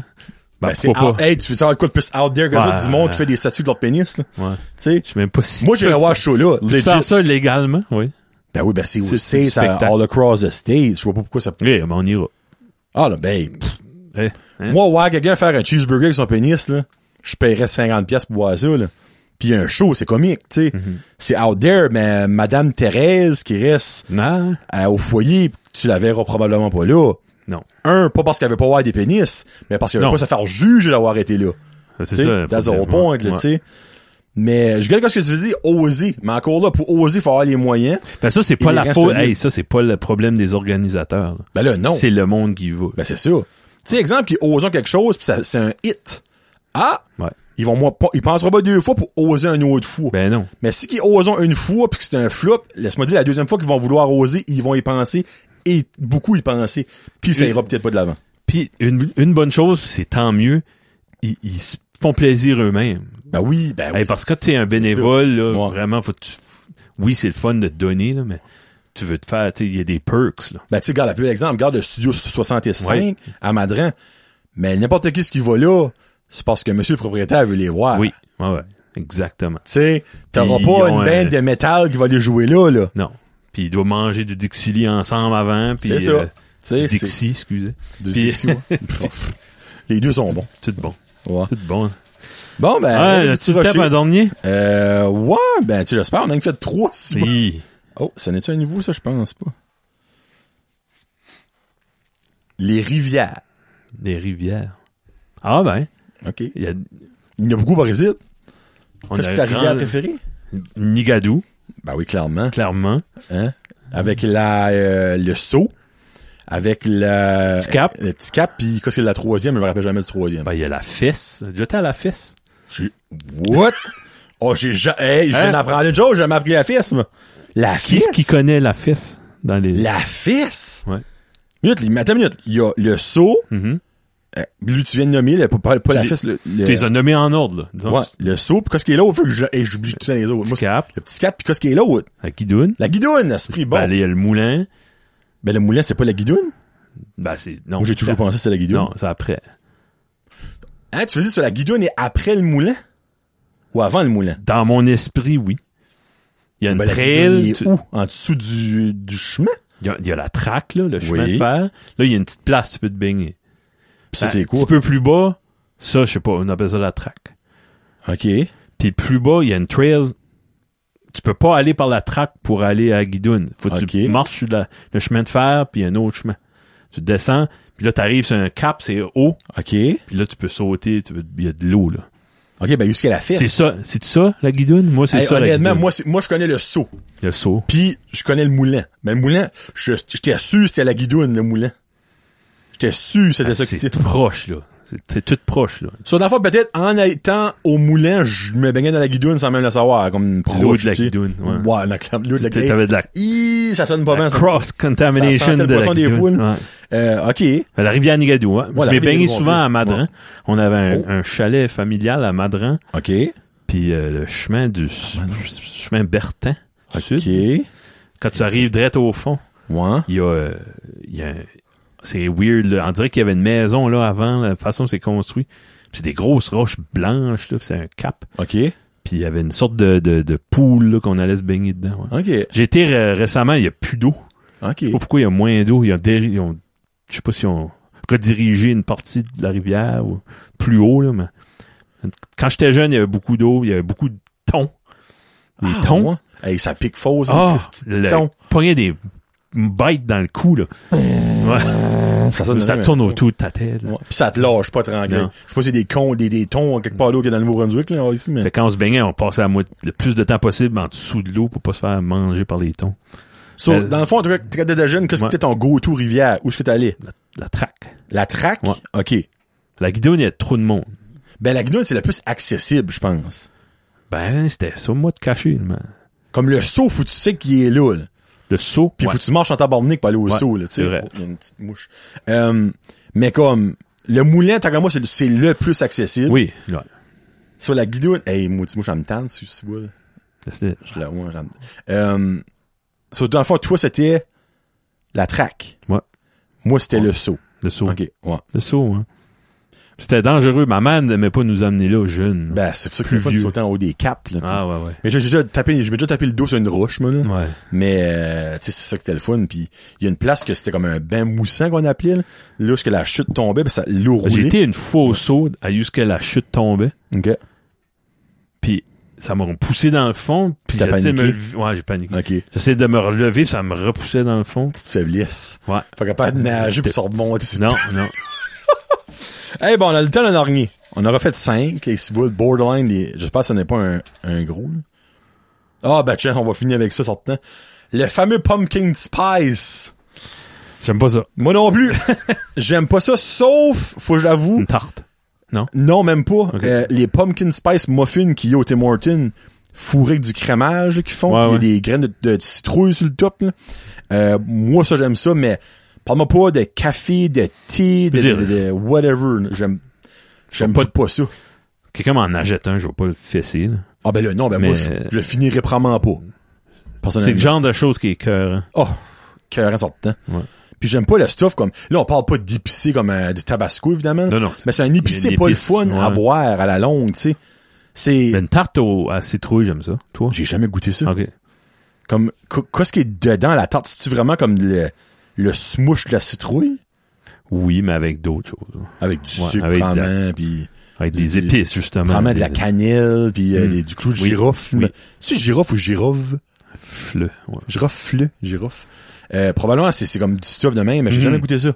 B: ben,
A: Ben, c'est
B: pourquoi
A: out- hey, tu veux savoir quoi de plus out there que
B: Ouais.
A: ça du monde qui fait des statues de leur pénis là.
B: pas ouais.
A: Tu sais,
B: je sais même pas si
A: moi j'irais voir ce show là,
B: Peux-tu
A: legit.
B: faire ça légalement oui
A: Ben oui, ben c'est
B: C'est-
A: au
B: c'est du
A: States, à-
B: spectacle.
A: all across the States, je vois pas pourquoi ça
B: oui ben, on ira
A: Ah là ben pff.
B: Eh, hein?
A: moi voir quelqu'un faire un cheeseburger avec son pénis là, je paierais 50 pièces pour voir ça là. Puis un show, c'est comique, tu sais.
B: Mhm.
A: C'est out there mais madame Thérèse qui reste
B: non
A: euh, au foyer, tu la verras probablement pas là.
B: non
A: Un, pas parce qu'elle veut pas avoir des pénis, mais parce qu'elle veut
B: Non.
A: pas se faire juger d'avoir été là.
B: c'est
A: T'sais,
B: ça le
A: That's the whole
B: problème.
A: point, là,
B: Ouais.
A: tu sais. Mais je regarde ce que tu veux dire, oser. Mais encore là, pour oser, il faut avoir les moyens.
B: ben ça c'est pas
A: Il
B: la
A: est
B: faute
A: résolu.
B: hey, ça c'est pas le problème des organisateurs là.
A: Ben là, non.
B: c'est le monde qui y va
A: Ben c'est ça. Tu sais, exemple, qui osent quelque chose, pis ça- c'est un hit. Ah!
B: ouais
A: Ils vont moins pas, ils penseront pas deux fois pour oser un autre fois.
B: ben non
A: Mais si qu'ils osent une fois puis que c'est un flop, laisse-moi dire, la deuxième fois qu'ils vont vouloir oser, ils vont y penser et beaucoup y penser. Puis ça
B: Et-
A: ira peut-être pas de l'avant.
B: puis une, une bonne chose c'est tant mieux ils, ils se font plaisir eux-mêmes
A: Ben oui, ben oui.
B: Hey, parce que tu es un bénévole, là,
A: Ouais.
B: vraiment, faut que tu- oui, c'est le fun de te donner, là, mais tu veux te faire, tu sais, il y a des perks. Là.
A: Ben, tu sais, regarde, la plus exemple, regarde le studio 65
B: Ouais.
A: à Madran. Mais n'importe qui, ce qui va là, c'est parce que monsieur le propriétaire veut les voir.
B: Oui, ouais, ouais, exactement.
A: Tu sais, t'auras
B: Puis
A: pas
B: ils ont
A: une
B: un-
A: bande de métal qui va les jouer là, là.
B: Non. Puis il doit manger du Dixili ensemble avant, puis
A: C'est ça.
B: euh,
A: Tu sais,
B: du
A: c'est-
B: Dixie, excusez.
A: Du-
B: puis
A: d'ici, ouais. Pff, les deux sont bons.
B: tout bon,
A: Ouais.
B: tout bon.
A: Bon, ben,
B: Ah,
A: le
B: là,
A: petit
B: tu tapes
A: rocher.
B: un dernier?
A: Euh, ouais, ben, tu sais, j'espère, on en a fait trois, si bon.
B: Oui.
A: Oh, ça n'est-tu un niveau, ça? Je pense pas. Les rivières.
B: Des rivières. Ah ben,
A: OK. Il
B: il y a,
A: y en a beaucoup au Brésil.
B: on
A: Qu'est-ce
B: a
A: que ta
B: grand-
A: rivière préférée?
B: Nigadou,
A: Ben oui, clairement.
B: clairement.
A: hein, avec la, euh, le seau, avec la,
B: Petit cap.
A: le petit cap, puis qu'est-ce que la troisième, je me rappelle jamais du troisième.
B: Ben, il y a la fesse. Déjà, t'es à la fesse.
A: J'ai- What? Oh, j'ai, ja- hey, je
B: Hein?
A: viens d'apprendre une chose, j'ai jamais appris la fesse, moi. La
B: Qui
A: fesse?
B: est-ce qui connaît la fesse dans les...
A: La fesse?
B: Ouais.
A: Minute, les- attends une minute. Il y a le seau,
B: Mhm.
A: euh, lui, tu viens de nommer, là, pas, pas- pas la
B: les-
A: fesse, le,
B: Tu
A: le,
B: les as nommés en ordre, là. Disons,
A: ouais, le seau, puis qu'est-ce qui est l'autre? Faut que je- hey, j'oublie tout ça les autres. Moi,
B: Petit cap.
A: c'est- le petit cap, puis qu'est-ce qui est l'autre?
B: La guidoune.
A: La guidoune, à ce prix, bon.
B: Ben, il y a le moulin.
A: Ben, le moulin, c'est pas la guidoune?
B: Ben, c'est, non.
A: Moi, j'ai toujours
B: Ça-
A: pensé que c'est la guidoune.
B: Non, c'est après.
A: Hein, tu veux dire sur la guidoune est après le moulin? Ou avant le moulin?
B: Dans mon esprit, oui. Il y a une
A: Ben, la guidoune
B: trail.
A: est
B: tu-
A: où? En dessous du, du chemin?
B: Il y, a- il y a la traque, là, le chemin
A: Oui.
B: de fer. Là, il y a une petite place, tu peux te baigner.
A: Pis ça,
B: Ben,
A: c'est
B: Un
A: quoi?
B: petit peu plus bas, ça, je sais pas, on appelle ça la traque.
A: OK.
B: Puis plus bas, il y a une trail. Tu peux pas aller par la traque pour aller à Guidoune. Faut que tu
A: Ok.
B: marches sur la- le chemin de fer, puis un autre chemin. Tu descends, puis là, t'arrives sur un cap, c'est haut,
A: OK.
B: puis là, tu peux sauter, tu peux- il y a de l'eau, là.
A: OK, ben, jusqu'à la fesse.
B: C'est ça, c'est ça, la Guidoune? Moi, c'est
A: Hey,
B: ça, la
A: honnêtement,
B: Guidoune.
A: moi, c'est- moi, je connais le seau.
B: Le saut.
A: Puis, je connais le moulin. Mais le moulin, je- j'étais sûr que c'était la guidoune, le moulin. J'étais sûr que c'était
B: Ah,
A: ça que
B: c'est
A: c'était.
B: proche, là. C'est- C'est tout proche, là.
A: Sur la fois, peut-être, en étant au moulin, je me baignais dans la guidoune sans même le savoir, comme une proche.
B: L'eau de la
A: tu sais.
B: guidoune, ouais.
A: Ouais, la- l'eau de la
B: T'sais,
A: guidoune.
B: T'avais de la,
A: Hi, ça sonne pas bien, ça. Ça
B: cross-contamination
A: sentait
B: de
A: le poisson
B: la
A: des
B: guidoune.
A: foules.
B: Ouais.
A: Euh, OK.
B: Ben, La rivière Nigadou,
A: Ouais,
B: hein.
A: la
B: Je m'ai
A: rivière
B: baigné
A: Nigadou,
B: souvent
A: on
B: à Madran. On avait un,
A: Oh.
B: un chalet familial à Madran,
A: OK.
B: puis euh, le chemin du s- chemin Bertin, du
A: OK.
B: sud. Quand tu arrives direct au fond,
A: Ouais.
B: il y a, euh, il y a un- c'est weird, là. On dirait qu'il y avait une maison, là, avant, la façon dont c'est construit. Puis c'est des grosses roches blanches, là, puis c'est un cap.
A: OK.
B: Puis il y avait une sorte de, de, de poule, là, qu'on allait se baigner dedans, ouais.
A: OK.
B: J'ai été ré- récemment, il n'y a plus d'eau.
A: OK.
B: Je sais pas pourquoi il y a moins d'eau. Il y a des, ils ont- je sais pas si on redirigé une partie de la rivière ou plus haut, là, mais quand j'étais jeune, il y avait beaucoup d'eau, il y avait beaucoup de thon. Des
A: Ah,
B: thons.
A: ouais. Hey, ça pique hein, faux, ça.
B: Ah,
A: Christi de
B: le
A: thon.
B: poignet des bêtes dans le cou, là. Ouais.
A: Ça,
B: Ça,
A: sonne vraiment.
B: tourne autour de ta tête. là.
A: Ouais. Puis ça te lâche pas tranquille.
B: Non.
A: Je sais pas si c'est des cons, des, des tons quelque part là qu'il y a dans le Nouveau-Brunswick, là, ici, mais.
B: Fait que quand on se baignait, on passait la moitié- le plus de temps possible en dessous de l'eau pour pas se faire manger par les thons.
A: So,
B: Euh,
A: dans le fond, un truc très dédogène, qu'est-ce
B: ouais.
A: que c'était ton go-to rivière? Où est-ce que t'es allé?
B: La, la traque.
A: La traque?
B: Ouais.
A: OK.
B: La Guidoune, il y a trop de monde.
A: Ben, la guidoune, c'est la plus accessible, je pense.
B: Ben, c'était ça, moi, de cacher, man.
A: Comme le saut, faut que tu sais qu'il est là, là.
B: Le saut.
A: Puis
B: ouais.
A: faut que tu marches en tabarnak pour aller au
B: Ouais,
A: saut, là, tu
B: c'est
A: sais.
B: vrai.
A: Il y a une petite mouche. Euh, mais comme, le moulin, tant qu'à moi, c'est le- c'est le plus accessible.
B: Oui, ouais.
A: Sur la guidoune, hey, maudit mouche, elle me tente, si tu veux.
B: C'était-
A: Je la vois, elle me- Euh, so, dans le fond, toi, c'était la traque.
B: Ouais.
A: Moi, c'était le saut.
B: Le saut.
A: OK, ouais.
B: Le saut, hein. C'était dangereux. Ma mère n'aimait pas nous amener là, jeune.
A: Ben, c'est pour ça que
B: Plus
A: des fois, tu
B: vieux.
A: sautes en haut des caps, là.
B: ah, ouais, ouais.
A: Mais j'ai déjà tapé, j'ai déjà tapé le dos sur une roche, moi, là.
B: Ouais.
A: Mais, euh, tu sais, c'est ça que c'était le fun. Puis, il y a une place que c'était comme un bain moussant qu'on appelait, là. Là, où est-ce que la chute tombait, ben, ça, l'eau
B: J'ai
A: roulait.
B: été une fois au saut, à jusque la chute tombait,
A: OK.
B: puis ça m'a poussé dans le fond, puis
A: T'as
B: j'essayais de me
A: paniqué?
B: lever. Ouais, j'ai paniqué.
A: OK.
B: J'essayais de me relever, puis ça me repoussait dans le fond.
A: Petite faiblesse.
B: Ouais.
A: Fait capable de nager puis
B: J'étais-
A: se remonter. sur-
B: Non, non.
A: Hey, bon, on a le temps d'un dernier. On aura fait 5, et si vous, le borderline, les... j'espère que ce n'est pas un, un gros, là. Ah, ben, tiens, on va finir avec ça, certain. Le fameux pumpkin spice.
B: J'aime pas ça.
A: Moi non plus. J'aime pas ça, sauf, faut que j'avoue,
B: Une tarte. Non?
A: Non, même pas. Euh, les pumpkin spice muffins qu'il y a au Tim Hortons, fourrés avec du crémage là, qu'ils font,
B: Ouais,
A: pis
B: ouais.
A: il y a des graines de, de citrouille sur le top. là. Euh, moi, ça, j'aime ça, mais parle-moi pas de café, de thé, de,
B: Je veux
A: de- de- de whatever. là. J'aime j'aime pas, pas ça.
B: Quelqu'un m'en achète un, je vais pas le fesser, là.
A: Ah ben là, non, ben moi,
B: Mais-
A: je, je le finirai probablement pas.
B: C'est
A: Personnellement.
B: le genre de chose qui est cœur, hein.
A: Oh, cœur en sortant.
B: Ouais.
A: Puis j'aime pas le stuff comme... Là, on parle pas d'épicé comme euh, du tabasco, évidemment.
B: Non, non.
A: Mais c'est un
B: Il y
A: épicé
B: a
A: pas le
B: l'épice,
A: fun à
B: ouais.
A: boire à la longue, tu sais. C'est...
B: Mais une tarte au, à citrouille, j'aime ça. Toi?
A: J'ai jamais goûté ça.
B: Ok.
A: Comme, qu- qu'est-ce qui est dedans, la tarte? C'est-tu vraiment comme le, le smouche de la citrouille?
B: Oui, mais avec d'autres choses.
A: Avec du
B: Ouais,
A: sucre,
B: avec de-
A: vraiment, puis
B: Avec
A: Du-
B: des épices, justement.
A: vraiment de la
B: Des-
A: cannelle, puis euh,
B: Mm.
A: des- du clou de
B: Oui,
A: girofle.
B: oui.
A: C'est girofle ou girove?
B: Fleu, ouais.
A: Girofle, girofle. Euh, probablement, c'est, c'est comme du stuff de même, mais j'ai
B: Mm.
A: jamais goûté ça.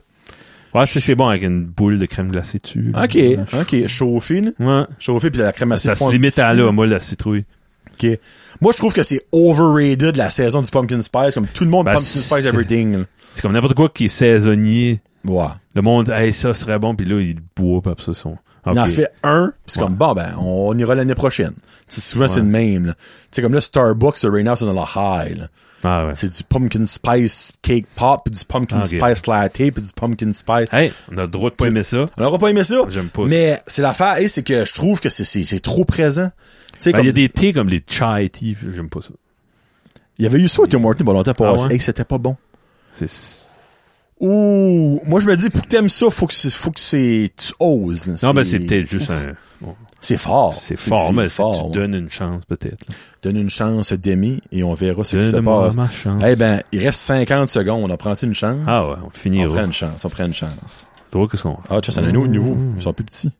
B: Ouais, c'est, c'est bon avec une boule de crème glacée dessus. là.
A: Ok, ok, chauffé, là.
B: Ouais.
A: Chauffé, puis la crème assez
B: Mm. Ça se
A: froide.
B: limite à là, moi, la citrouille.
A: Ok. Moi, je trouve que c'est overrated la saison du pumpkin spice, comme tout le monde
B: Ben,
A: pumpkin
B: c'est-
A: spice everything. là.
B: C'est comme n'importe quoi qui est saisonnier.
A: Ouais.
B: Le monde, hey, ça serait bon, puis là, il boit, puis après ça, ils sont.
A: Il en
B: Ok.
A: fait un, puis c'est comme, bon, ben, on ira l'année prochaine. C'est souvent, c'est le même, là. Tu sais, comme là, Starbucks, right now, c'est dans la high, là.
B: Ah ouais.
A: C'est du pumpkin spice cake pop, puis du pumpkin
B: Ah, ok.
A: spice latte, puis du pumpkin spice.
B: Hey, on a le droit de pas aimer ça.
A: On n'aura pas aimé ça.
B: J'aime pas.
A: Mais c'est l'affaire, et c'est que je trouve que c'est, c'est, c'est trop présent. Tu sais,
B: Ben, Il
A: comme,
B: y a des thés comme les chai tea, j'aime pas ça.
A: il y avait eu ça au Tim Hortons pour longtemps, pour
B: Ah,
A: voir
B: ouais?
A: hey, c'était pas bon.
B: C'est...
A: Ouh, moi, je me dis, pour que t'aimes ça, faut que c'est, faut que c'est, tu oses. là.
B: Non, ben c'est peut-être juste un. bon,
A: C'est fort.
B: c'est fort, mais c'est-
A: fort.
B: tu
A: ouais.
B: donnes une chance peut-être. là.
A: Donne une chance, Demi, et on verra ce qui se
B: Donne-moi
A: passe.
B: ma chance.
A: Eh ben, il reste 50 secondes. On prend-tu une chance?
B: Ah ouais, on
A: On prend
B: finira.
A: une chance, on prend une chance.
B: Toi, qu'est-ce qu'on.
A: Ah, tu sais, c'est un nouveau, nouveau.
B: Mmh.
A: Ils sont plus petits.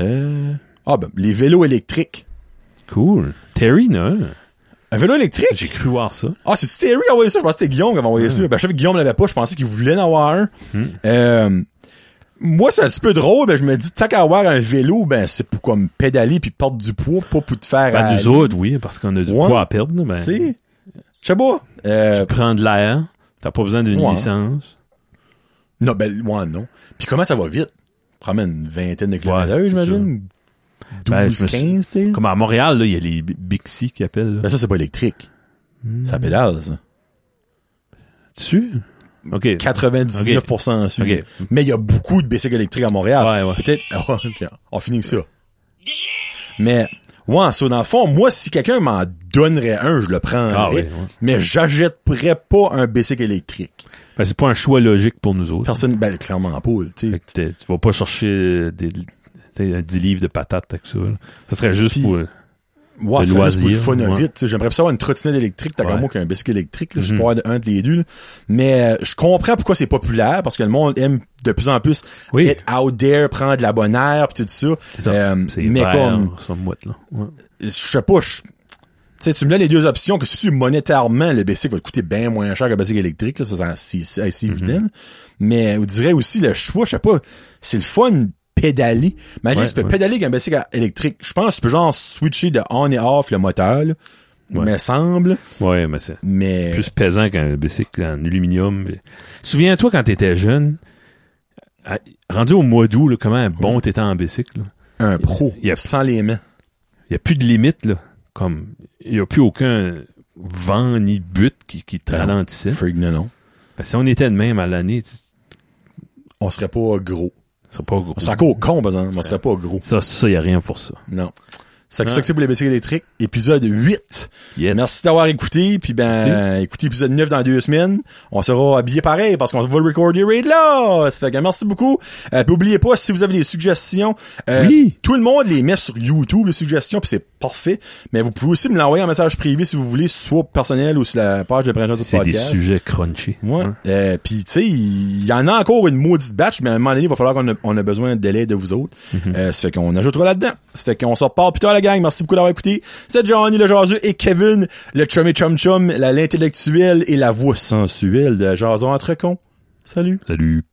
A: Euh... Ah, ben, les vélos électriques.
B: Cool. Terry, non?
A: Un vélo
B: J'ai Mmh.
A: électrique?
B: cru voir ça.
A: Ah, c'est Terry qui a envoyé ça? Je pensais que c'était Guillaume qui avait envoyé ça. Ben, je savais que Guillaume l'avait pas. Je pensais qu'il voulait en avoir un.
B: Mmh.
A: Euh, moi, c'est un petit peu drôle. Ben, je me dis, tant qu'à avoir un vélo, ben, c'est pour comme pédaler puis perdre du poids, pas pour te faire...
B: Ben,
A: aller,
B: nous autres, oui, parce qu'on a du
A: Euh, Ouais.
B: poids à perdre. là, Ben,
A: Tu sais? Je sais pas. Euh,
B: tu prends de l'air, t'as pas besoin d'une
A: Ouais.
B: licence.
A: Non, ben, moi, non. Puis comment ça va vite? Probablement une vingtaine de kilomètres à
B: Ouais,
A: l'heure,
B: c'est
A: j'imagine.
B: Ben,
A: 12,
B: je me suis-
A: 15, peut-être?
B: Comme à Montréal, là, il y a les Bi- Bixi qui appellent.
A: Ben,
B: Là.
A: ça, c'est pas électrique.
B: Hmm.
A: Ça pédale, ça.
B: Dessus? OK.
A: 99% en suivant.
B: Ok.
A: Mais il y a beaucoup de bicycles électriques à Montréal.
B: Ouais, ouais.
A: Peut-être, Ah, ouais, ok. on finit avec ça. Mais, ouais, ça, dans le fond, moi, si quelqu'un m'en donnerait un, je le prends.
B: Ah, oui, ouais.
A: Mais j'achèterais pas un bicycle électrique.
B: Ben, c'est pas un choix logique pour nous autres.
A: Personne, ben, clairement pas, là, tu
B: Fait
A: sais.
B: que t'es- tu vas pas chercher euh, des, tu sais, un 10 livres de patates avec ça. là. Ça serait juste
A: Puis-
B: pour... euh,
A: Ouais, c'est
B: Le
A: juste pour le
B: loisir,
A: fun of
B: ouais.
A: it, tu sais. J'aimerais ça avoir une trottinette électrique, t'as
B: Ouais. Mhm.
A: comme moi qu'un bicycle électrique, là, je suis pas un de les deux. là. Mais euh, je comprends pourquoi c'est populaire, parce que le monde aime de plus en plus
B: Oui.
A: être out there, prendre de la bonne air, pis tout ça.
B: C'est ça.
A: Euh,
B: c'est
A: mais
B: vert,
A: comme,
B: somewhat, là. Ouais.
A: je sais pas, je- tu sais, tu me donnes les deux options, que si tu monétairement, le bicycle va te coûter bien moins cher qu'un bicycle électrique, là, ça, ça, c'est c'est
B: Mhm.
A: assez évident. Mais on dirait aussi le choix, je sais pas, c'est le fun de pédaler. Malgré
B: Ouais,
A: tu peux
B: ouais.
A: pédaler avec un bicycle électrique, je pense que tu peux genre switcher de on et off le moteur, là.
B: Ouais.
A: me semble.
B: Ouais, mais c'est
A: Mais
B: c'est plus pesant qu'un bicycle en aluminium. Souviens-toi quand t'étais jeune, à- rendu au mois d'août, là, comment bon t'étais en bicycle. là.
A: un pro,
B: il y a-
A: sans les mains.
B: Il n'y a plus de limite, là. Comme, il n'y a plus aucun vent ni but qui, qui te
A: Non.
B: ralentissait.
A: Frig, non, non.
B: Ben, si on était de même à l'année, tu-
A: On serait pas gros.
B: c'est pas gros.
A: On serait encore con, par exemple. mais On serait pas gros.
B: Ça, ça, il n'y a rien pour ça.
A: Non. C'est que
B: Ah.
A: ça que c'est pour les bicycles électriques. Épisode 8.
B: Yes.
A: Merci d'avoir écouté. Puis ben, écoutez épisode 9 dans deux semaines. On sera habillé pareil parce qu'on va le recorder raid là. Ça fait que merci beaucoup. Euh, puis oubliez pas, si vous avez des suggestions, euh,
B: Oui.
A: tout le monde les met sur YouTube, les suggestions, puis c'est parfait. Mais vous pouvez aussi me l'envoyer en message privé si vous voulez, soit personnel ou sur la page de Prévention
B: C'est
A: de
B: des
A: podcast.
B: sujets crunchy.
A: Ouais.
B: Hein?
A: Euh, puis tu sais, il y en a encore une maudite batch, mais à un moment donné, il va falloir qu'on a, on a besoin de délai de vous autres. Euh, ça fait qu'on ajoutera là-dedans. Ça fait qu'on s'en repart plus tard la gang. Merci beaucoup d'avoir écouté. C'est Johnny le jaseux et Kevin, le chummy chum chum, la- l'intellectuel et la voix sensuelle de Jason Entrecon. Salut.
B: Salut.